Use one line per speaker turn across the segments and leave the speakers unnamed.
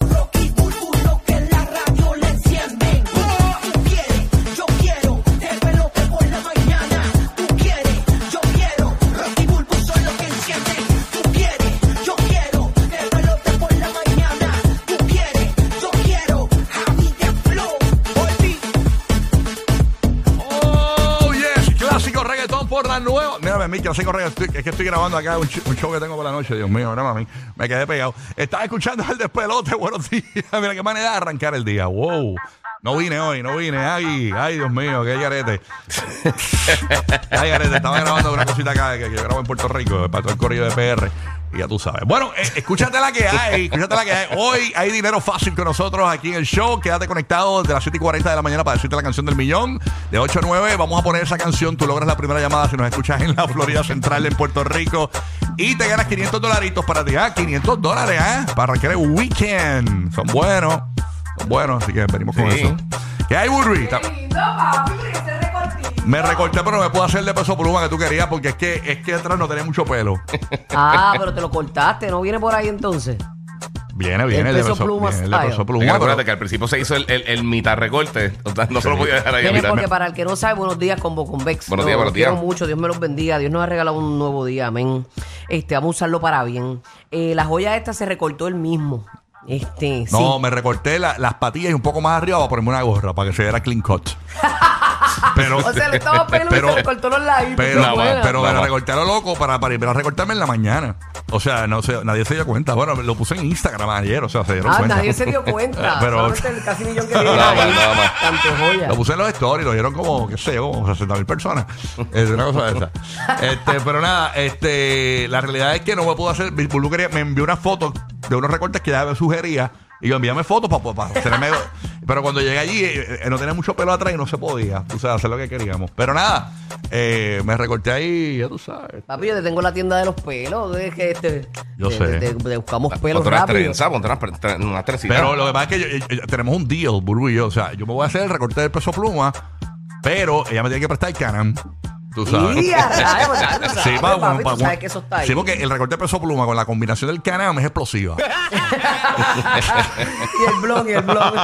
Rocky Burbu, que la radio le encienden. Tú quieres, yo quiero, te pelote por la mañana. Tú quieres, yo quiero, Rocky Burbu son los que encienden. Tú quieres, yo quiero, te pelote por la mañana. Tú quieres, yo quiero, Javi de Flow, Olvi.
Oh, yes, clásico reggaetón por la nueva. Mírame, mi clásico reggaetón. Estoy- Es que estoy grabando acá un, ch- un show que tengo por la noche, Dios mío, mira, mami. Me quedé pegado. Estaba escuchando el despelote, buenos días. Mira qué manera de arrancar el día. Wow. No vine hoy, no vine. Ay, ay, Dios mío, qué garete. ay, garete, estaba grabando una cosita acá que, que yo grabo en Puerto Rico, para todo el corrido de PR. Y ya tú sabes. Bueno, eh, escúchate la que hay, escúchate la que hay. Hoy hay dinero fácil con nosotros aquí en el show. Quédate conectado desde las 7 y 40 de la mañana para decirte la canción del millón. De 8 a 9 vamos a poner esa canción. Tú logras la primera llamada si nos escuchas en la Florida Central, en Puerto Rico. Y te ganas 500 dolaritos para ti. Ah, 500 dólares, ¿ah? Para arrancar el weekend. Son buenos. Son buenos, así que venimos con
Sí.
eso. ¿Qué hay, Woodry?
Eh,
Ta- Me recorté, pero no me puedo hacer de peso pluma que tú querías porque es que, es que atrás no tenía mucho pelo.
Ah, pero te lo cortaste, ¿no viene por ahí entonces?
Viene, viene el de
peso
peso
pluma
viene el de
style.
peso
Venga,
pluma.
acuérdate que
pero-
al principio se hizo el, el, el mitad recorte. O sea, no se lo podía dejar ahí a
Viene
mitad.
porque para el que no sabe, buenos días con Boconvex.
Buenos
Los
días, buenos
quiero
días.
mucho, Dios me los bendiga. Dios nos ha regalado un nuevo día, amén. Este, vamos a usarlo para bien. Eh, la joya esta se recortó el mismo. Este,
No,
sí.
me recorté la- las patillas y un poco más arriba para ponerme una gorra para que se viera clean cut. Pero,
O sea, le estaba peludo y
pero-
se le cortó los labios.
pero,
No,
buena.
pero me
no,
la
no.
recorté a lo loco para, para, para recortarme en la mañana. O sea, no sé, nadie se dio cuenta. Bueno, lo puse en Instagram ayer, o sea, se dieron
ah,
cuenta.
nadie se dio cuenta.
Pero-
Solamente el casi millón que viene
Nada más,
ahí.
nada más.
Tanto joya.
Lo puse en los stories, lo vieron como, qué sé yo, como 60 mil personas. Es una cosa de esa. Este, pero nada, este, la realidad es que no me pudo hacer. mi Bulbu quería- me envió una foto de unos recortes que ya me sugería. Y yo envíame fotos para tenerme. Pero cuando llegué allí, eh, eh, no tenía mucho pelo atrás y no se podía. O sea, hacer lo que queríamos. Pero nada, eh, me recorté ahí, ya tú sabes.
Papi, yo te tengo la tienda de los pelos. De que este,
Yo
de-
sé.
de- de- de buscamos pelos
Ponte unas
rápido.
trenzas, ponte unas pre- tre- unas trencitas.
Pero lo que pasa es que yo- yo- yo- tenemos un deal, Burbu y yo. O sea, yo me voy a hacer el recorte del peso pluma, pero ella me tiene que prestar el canam. Tú sabes.
Y a rayos, pues, ya tú sabes,
Sí, pa-
papi,
pa-
tú sabes que eso está ahí.
Sí, porque el recorte de peso pluma con la combinación del canam es explosiva.
y el blog, y el blog.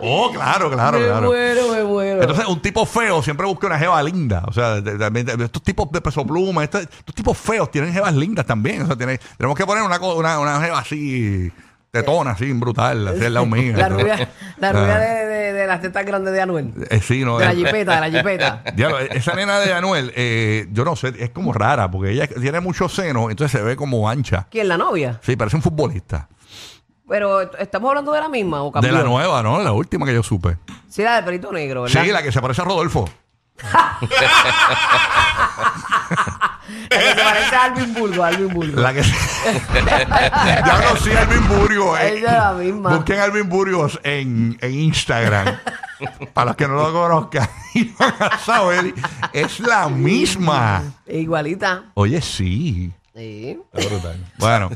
oh, claro, claro,
me
claro.
muero, me muero.
Entonces, un tipo feo siempre busca una jeva linda. O sea, de- también de- estos tipos de peso pluma, este- estos tipos feos tienen jevas lindas también. O sea, tiene- tenemos que poner una, co- una, una jeva así, tetona, así, brutal, así al lado mío.
la rubia, la
Ah.
rubia de, de- de las tetas grandes de Anuel.
Eh, sí, no,
De la
eh,
jipeta, de la jipeta.
Diablo, esa nena de Anuel, eh, yo no sé, es como rara, porque ella tiene muchos senos, entonces se ve como ancha.
¿Quién? La novia.
Sí, parece un futbolista.
Pero ¿est- estamos hablando de la misma o cambió?
De la nueva, ¿no? La última que yo supe.
Sí, la del perito negro, ¿verdad?
Sí, la que se parece a Rodolfo.
La que se parece a Alvin Bulgo, a Alvin Bulgo.
La que ya conocí a Alvin Burgos. eh.
Ella es la misma.
Busquen a Alvin Burgos en, en Instagram. Para los que no lo conozcan, y van a saber, es la misma.
Igualita.
Oye, sí.
Sí.
Bueno,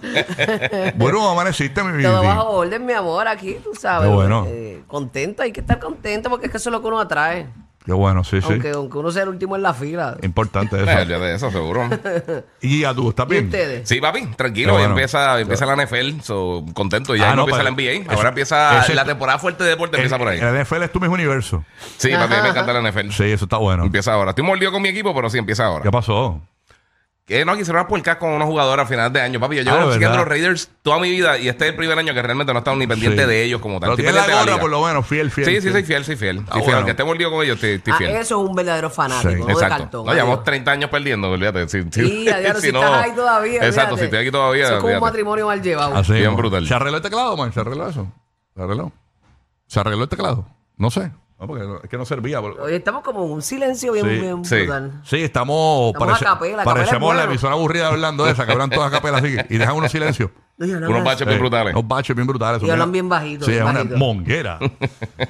bueno, amaneciste, mi vida.
Todo bajo orden, mi amor, aquí, tú sabes.
Qué bueno.
Eh, contento, hay que estar contento porque es que eso es lo que uno atrae.
Qué bueno, sí, sí.
Aunque, aunque uno sea el último en la fila.
Importante
Eh,
eso.
olvídate de eso, seguro.
Y a tú, ¿estás
¿Y
bien?
ustedes?
Sí, papi, tranquilo.
Qué
Hoy
bueno.
empieza, empieza la NFL. so, contento.
Ah,
Ya no,
no,
empieza
pero-
la NBA.
ese-
Ahora empieza
ese-
la temporada fuerte de deporte.
El,
Empieza por ahí.
el NFL es tu mismo universo.
Sí, papi, me encanta la NFL.
Sí, eso está bueno.
Empieza ahora. Estoy mordido con mi equipo, pero sí, empieza ahora.
¿Qué pasó?
Que no, quisieron puercas con unos jugadores a final de año, papi. Yo
Ah,
llevo
¿verdad?
siguiendo los Raiders toda mi vida y este es el primer año que realmente no he estado ni pendiente
Sí.
de ellos como tal.
Pero
Estoy
tienes la
pendiente de la
gorra,
liga.
por lo menos, fiel, fiel.
Sí, sí,
fiel.
soy fiel, soy
Ah,
fiel. Soy fiel.
bueno.
Aunque esté mordido con ellos, estoy, estoy
Ah,
fiel.
eso es un verdadero
Sí,
fanático, no de
Exacto.
cartón.
no, llevamos
adiós.
30 años perdiendo, olvídate. Si,
Sí, a diablo, si, estás ahí todavía.
Exacto,
olvídate.
si estoy aquí todavía.
Eso es como un
olvídate.
matrimonio mal llevado.
Así
Bien
mismo.
brutal.
¿Se arregló el teclado, man? ¿Se arregló eso? ¿Se arregló? ¿Se arregló el teclado? No sé. No, porque no- es que no servía. por-
Hoy estamos como en un silencio bien,
Sí,
bien
sí.
brutal.
Sí, estamos.
Estamos a capela, a capela es
parecemos
bueno.
la emisora aburrida de Orlando esa, que hablan todas a capela así y dejan unos silencios.
Oye, no
Unos
hablas-
baches bien
Eh,
brutales.
Unos baches bien brutales.
Y hablan bien bajito,
Sí,
bien
es una
bajito.
monguera.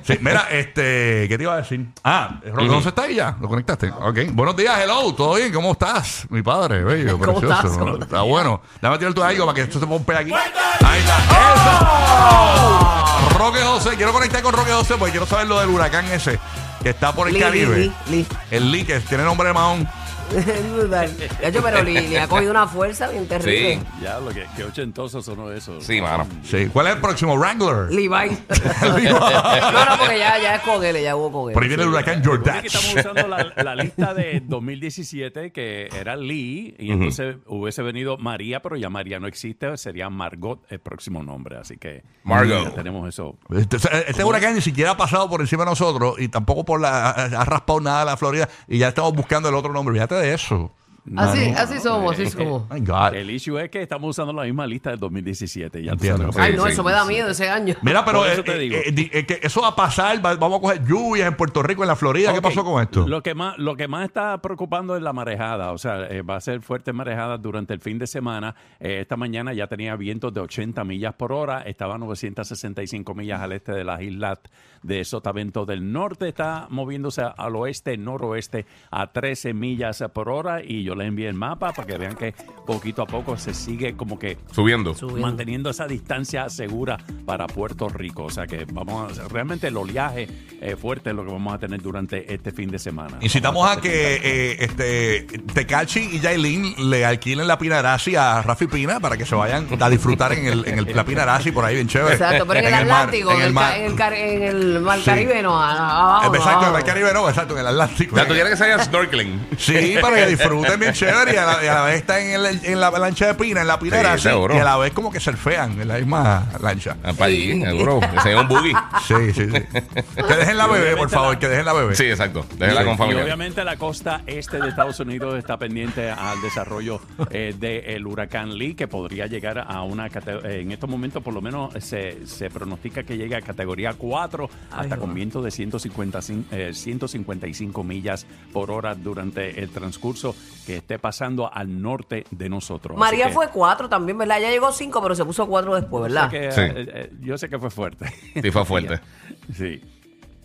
sí, mira, este, ¿qué te iba a decir? Ah, Ronzo está ahí ya, lo conectaste. Ok. Buenos días, hello, ¿todo bien? ¿Cómo estás? Mi padre, bello,
¿Cómo
precioso.
estás? ¿Cómo estás?
Está bueno. Dame tirar tu algo para que esto se pompe aquí. Ahí está.
¡Oh!
¡Eso! Roque José, quiero conectar con Roque José porque quiero saber lo del huracán ese que está por el
Li, li,
Caribe.
li, li.
El Lee, que tiene nombre de Mahón.
Es brutal. De hecho, pero le, le ha cogido una fuerza bien terrible.
Sí,
Ya, lo que, que ochentoso sonó eso.
sí, mano.
Sí. ¿Cuál es el próximo? Wrangler.
Levi. no, no, porque ya, ya es con él, ya hubo con
Por ahí
él.
viene el huracán
Recuerden
Jordan.
que estamos usando la, la lista de 2017 que era Lee y entonces hubiese venido María, pero ya María no existe, sería Margot el próximo nombre, así que
Margot.
ya tenemos eso.
Este, este huracán ni siquiera ha pasado por encima de nosotros y tampoco por la, ha raspado nada de la Florida y ya estamos buscando el otro nombre. Fíjate de eso. Oh
Así, así somos, así somos.
My
Ah.
God.
El issue es que estamos usando la misma lista del 2017. Ya tú
Entiendo.
sabes lo que
Ay,
Sí,
no,
sí,
eso me da miedo ese año.
Mira, pero
Por eso
eh,
te
eh,
digo.
eh, di- eh, que eso va a pasar. va- vamos a coger lluvias en Puerto Rico, en la Florida. ¿Qué
Ok,
pasó con esto?
Lo que más, lo que más está preocupando es la marejada. O sea, eh, va a ser fuerte marejada durante el fin de semana. Eh, esta mañana ya tenía vientos de 80 millas por hora. Estaba a 965 millas al este de las islas de Sotavento del Norte. Está moviéndose al oeste, noroeste, a 13 millas por hora. Y yo les envié el mapa para que vean que poquito a poco se sigue como que
Subiendo.
Subiendo.
manteniendo esa distancia segura para Puerto Rico. O sea que vamos a, realmente el oleaje eh, fuerte es lo que vamos a tener durante este fin de semana.
Incitamos a que eh, este, Tecachi y Yailin le alquilen la Pinarasi a Rafi Pina para que se vayan a disfrutar en, el, en el- la Pinarasi por ahí, bien chévere.
Exacto, pero en el
mar,
Atlántico, en el,
mar.
ca- en el, car- en el Mar
Sí.
Caribe, no, a- a- abajo.
Exacto, en
abajo.
el Caribe no, exacto, en el Atlántico.
O sea, tú quieres que se haga snorkeling.
Sí, para que disfruten bien chévere y a la, y a la vez están en, el- en la lancha de pina, en la pinera,
Sí,
así,
seguro.
y a la vez como que surfean en la misma lancha.
Ah, para allí, seguro. Ese es un buggy.
Sí, sí, sí. Que dejen la bebé, por favor, que dejen la bebé.
Sí, exacto. Déjala con
Y
familia.
obviamente la costa este de Estados Unidos está pendiente al desarrollo eh, del huracán Lee, que podría llegar a una cate- eh, en estos momentos por lo menos eh, se, se pronostica que llegue a categoría 4, hasta con vientos de 155, eh, 155 millas por hora durante el transcurso que esté pasando al norte de nosotros. Así
María
que-
fue cuatro también, ¿verdad? Ya llegó cinco, pero se puso cuatro después, ¿verdad?
que,
Sí.
eh, eh, yo sé que fue fuerte.
Sí, fue fuerte.
sí.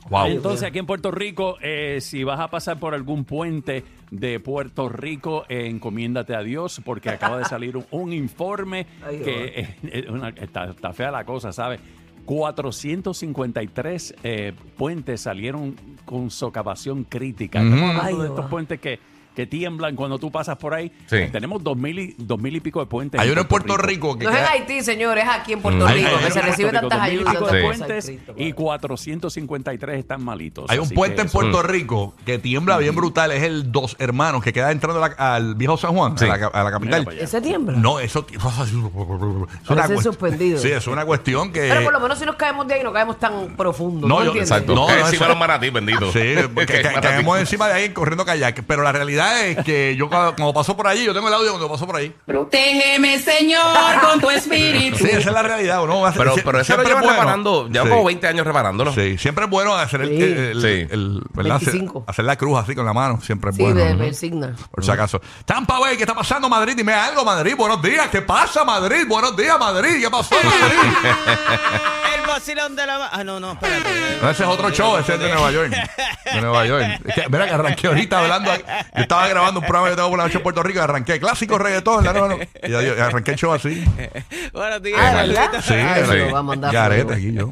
Wow.
Entonces, aquí en Puerto Rico, eh, si vas a pasar por algún puente de Puerto Rico, eh, encomiéndate a Dios, porque acaba de salir un, un informe
Ay,
que eh, eh, una- está, está fea la cosa, ¿sabes? 453 eh, puentes salieron con socavación crítica.
Mm.
Estamos hablando
Ay,
de estos
Jehová.
puentes que, que tiemblan cuando tú pasas por ahí.
Sí.
Tenemos dos mil, y, dos mil y pico de puentes.
Hay uno en Puerto Rico que.
No es en
queda-
Haití, señores, es aquí en Puerto
Ay,
Rico,
ay,
que
ay,
se
en
recibe
Puerto
tantas
Rico,
ayudas.
dos
tantas
mil y pico de
cosas.
puentes
Cristo,
y
padre.
453 están malitos.
Hay un
así
puente
que
en
eso-
Puerto Rico que tiembla
Mm.
bien brutal, es el Dos Hermanos, que queda entrando a la- al viejo San Juan,
Sí.
a, la, a la
Mira
capital.
para allá.
¿Ese tiembla?
No, eso. t- Es
Parece
cuest-
suspendido.
Sí, es una cuestión que.
Pero por lo menos si nos caemos de ahí, no caemos tan profundo.
eh, No,
No,
yo-
entiendes?
Exacto.
No,
No,
no,
encima
eso-
de los manatíes, bendito.
Sí, que,
hay
que-
manatíes.
caemos encima de ahí corriendo kayak. Pero la realidad es que yo cuando, cuando paso por allí, yo tengo el audio cuando paso por ahí.
Protégeme, Señor, con tu espíritu.
Sí, esa es la realidad. ¿no?
Pero,
Sie-
pero eso lo
siempre
llevan
es bueno.
reparando. Llevan
Sí.
como 20 años reparándolo.
Sí, siempre es bueno hacer el,
Sí.
el- el-
Sí.
el- ¿verdad? Hacer-
25.
Hacer, la cruz así con la mano, siempre es
Sí,
bueno.
me,
¿no?
me signa.
Por si acaso. Tampa Bay, ¿qué está pasando, Madrid? Dime algo, Madrid. Buenos días. ¿Qué pasa, Madrid? Buenos días, Madrid. ¿Qué pasó, Madrid?
El vacilón de la... Ah, no, no, espérate.
No, ese es otro show, ese es de Nueva York. De Nueva York.
Ah,
Es que, Este, mira que arranqué ahorita hablando. Yo estaba grabando un programa que tengo por la noche en Puerto Rico. Arranqué clásico reggaetón. la nueva- y ya- ya arranqué el show así.
Buenos días,
Ah,
mal.
¿verdad?
Sí,
Ah, eso
sí.
lo va a mandar.
Garete
fuego.
aquí yo.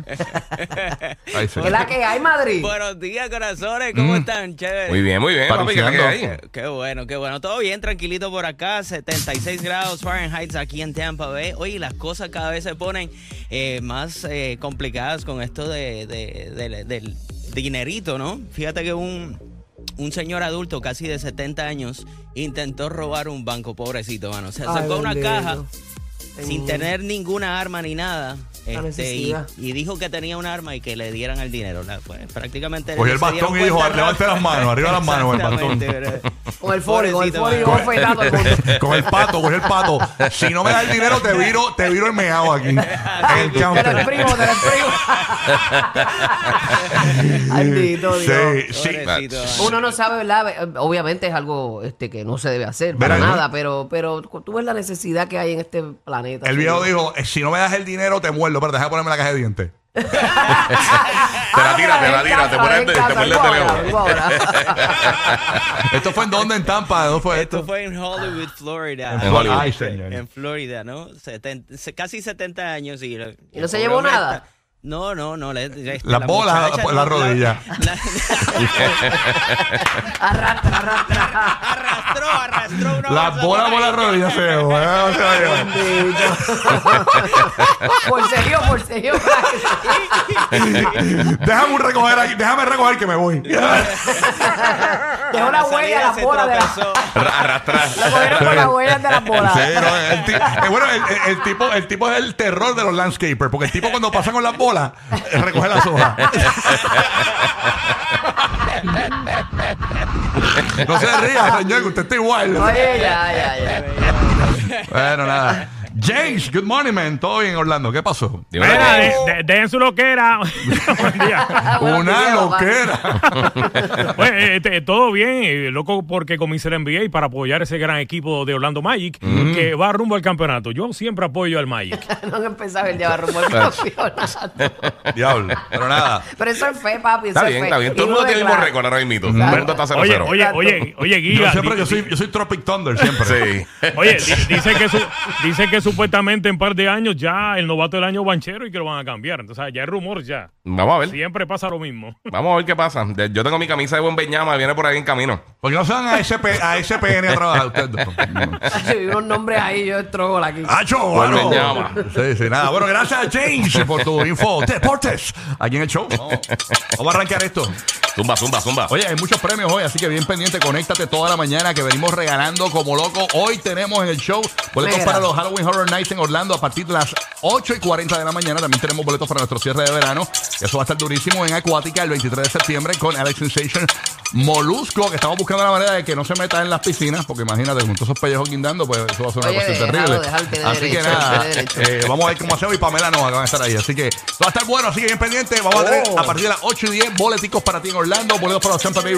Ay, sí.
Es la que hay, Madrid.
Buenos días, corazones. ¿Cómo están? Chévere.
Mm. Muy bien, muy bien. papi, ¿qué es la que hay?
Pariciando.
Qué bueno, qué bueno. Todo bien, tranquilito por acá. 76 grados Fahrenheit aquí en Tampa Bay. Oye, las cosas cada vez se ponen eh, más eh, complicadas con esto de, de- de- del dinerito, ¿no? Fíjate que un... Un señor adulto casi de 70 años intentó robar un banco, pobrecito, mano. Se
Ay,
acercó a una
bendito.
caja sin
Mm.
tener ninguna arma ni nada.
La
este, y,
necesidad.
y dijo que tenía un arma y que le dieran el dinero. La- pues, prácticamente.
Cogió el
se
bastón
dieron
y dijo,
cuenta
"Levante las manos, arriba las manos con el bastón".
Exactamente, bro.
Con el foro, con el
Pobrecito,
foro y
mano.
un fetado al mundo.
Con el pato, con el pato. Si no me das el dinero, te viro, te viro el meado aquí. En el
Te lo
counter.
exprimo, te lo exprimo. Maldito Dios.
Sí, sí.
Pobrecito,
Mach.
mano.
Uno no sabe, ¿verdad? eh, Obviamente es algo este, que no se debe hacer para
Verá,
nada, pero, pero tú ves la necesidad que hay en este planeta.
El viejo dijo, eh, si no me das el dinero, te muerdo. Pero deja de ponerme la caja de dientes.
Te
Ah,
la tira, te la tira, te mueres de- te este mueres de león.
Esto fue en donde, en Tampa. ¿Dónde fue
Esto
esto?
fue en Hollywood, Florida. Este,
En Hollywood.
Ay, señor.
En Florida, ¿no? Seten- se- casi 70 años y... lo-
¿Y no se
el
llevó
pobre hombre
nada?
está- No, no, no. la- la-
Las
la
bolas,
muchacha
la- la rodilla.
la-
Arrastra, arrastra.
arrastró, arrastró una
Las
bolsa
bolas
por
por la
ahí.
rodilla se llevó, ¿eh? Se la llevó.
Forcejeo, forcejeo.
Déjame un recoger aquí, déjame recoger que me voy.
Dejó la huella, la
salida se
bola de la...
tropezó.
Ra- Arrastrar.
La cogieron con las huellas de las bolas.
Sí, no, el ti- eh, bueno, el, el- el tipo, el tipo es el terror de los landscapers, porque el tipo cuando pasa con las bolas, eh, recoge las hojas. No se ría, señor, que usted está igual.
Oye, ya, ya, ya.
Bueno, nada. James, good morning, man. Todo bien, Orlando. ¿Qué pasó?
Dímelo.
Mira, de- de- dejen su loquera. Buen día.
Buenos
Una
días, papá.
loquera.
Pues, eh, este, todo bien, eh, loco, porque comencé la NBA para apoyar ese gran equipo de Orlando Magic
Mm.
que va rumbo al campeonato. Yo siempre apoyo al Magic.
No han empezado el día rumbo al campeonato.
Diablo. Pero nada.
Pero eso es fe, papi. Eso
Está
es
bien,
fe.
está bien. Todo el
Y
mundo
uno
tiene el mismo
declara.
récord ahora mismo. Todo el mundo está 0
Oye, oye,
Exacto.
oye, Eh, oye,
Yo
Giga.
siempre,
di-
yo soy, yo soy Tropic Thunder, siempre.
Sí.
Oye, di- dice que, su- dice que supuestamente en par de años ya el novato del año es banchero y que lo van a cambiar. Entonces, ya es rumor ya.
Vamos a ver.
Siempre pasa lo mismo.
Vamos a ver qué pasa. De- Yo tengo mi camisa de buen Beñama, viene por ahí en camino.
Porque no se van a, SP, a SPN a trabajar ustedes. dos.
Sí, vi unos nombres ahí, yo estrogol aquí.
Ah,
¡Acho!
Vuelve
bueno.
llama.
Sí, sí, nada. Bueno, gracias, James, por tu info. Deportes, aquí en el show. Vamos, vamos a arrancar esto.
Zumba, zumba, zumba.
Oye, hay muchos premios hoy, así que bien pendiente, conéctate toda la mañana que venimos regalando como loco. Hoy tenemos en el show boletos
Mira.
para los Halloween Horror Nights en Orlando a partir de las 8 y 40 de la mañana. También tenemos boletos para nuestro cierre de verano. Eso va a estar durísimo en Acuática el 23 de septiembre con Alex Sensation Molusco, que estamos buscando la manera de que no se meta en las piscinas, porque imagínate, con todos esos pellejos guindando, pues eso va a ser una
Oye,
cuestión
déjalo,
terrible.
déjalo, tiene
así
derecho,
que nada,
tiene derecho.
eh, vamos a ver cómo hacemos y Pamela Nova que van a estar ahí. Así que va a estar bueno, así que bien pendiente. Vamos a tener a partir de las 8 y 10 boleticos para ti en Orlando, boletos para los Tampa Bay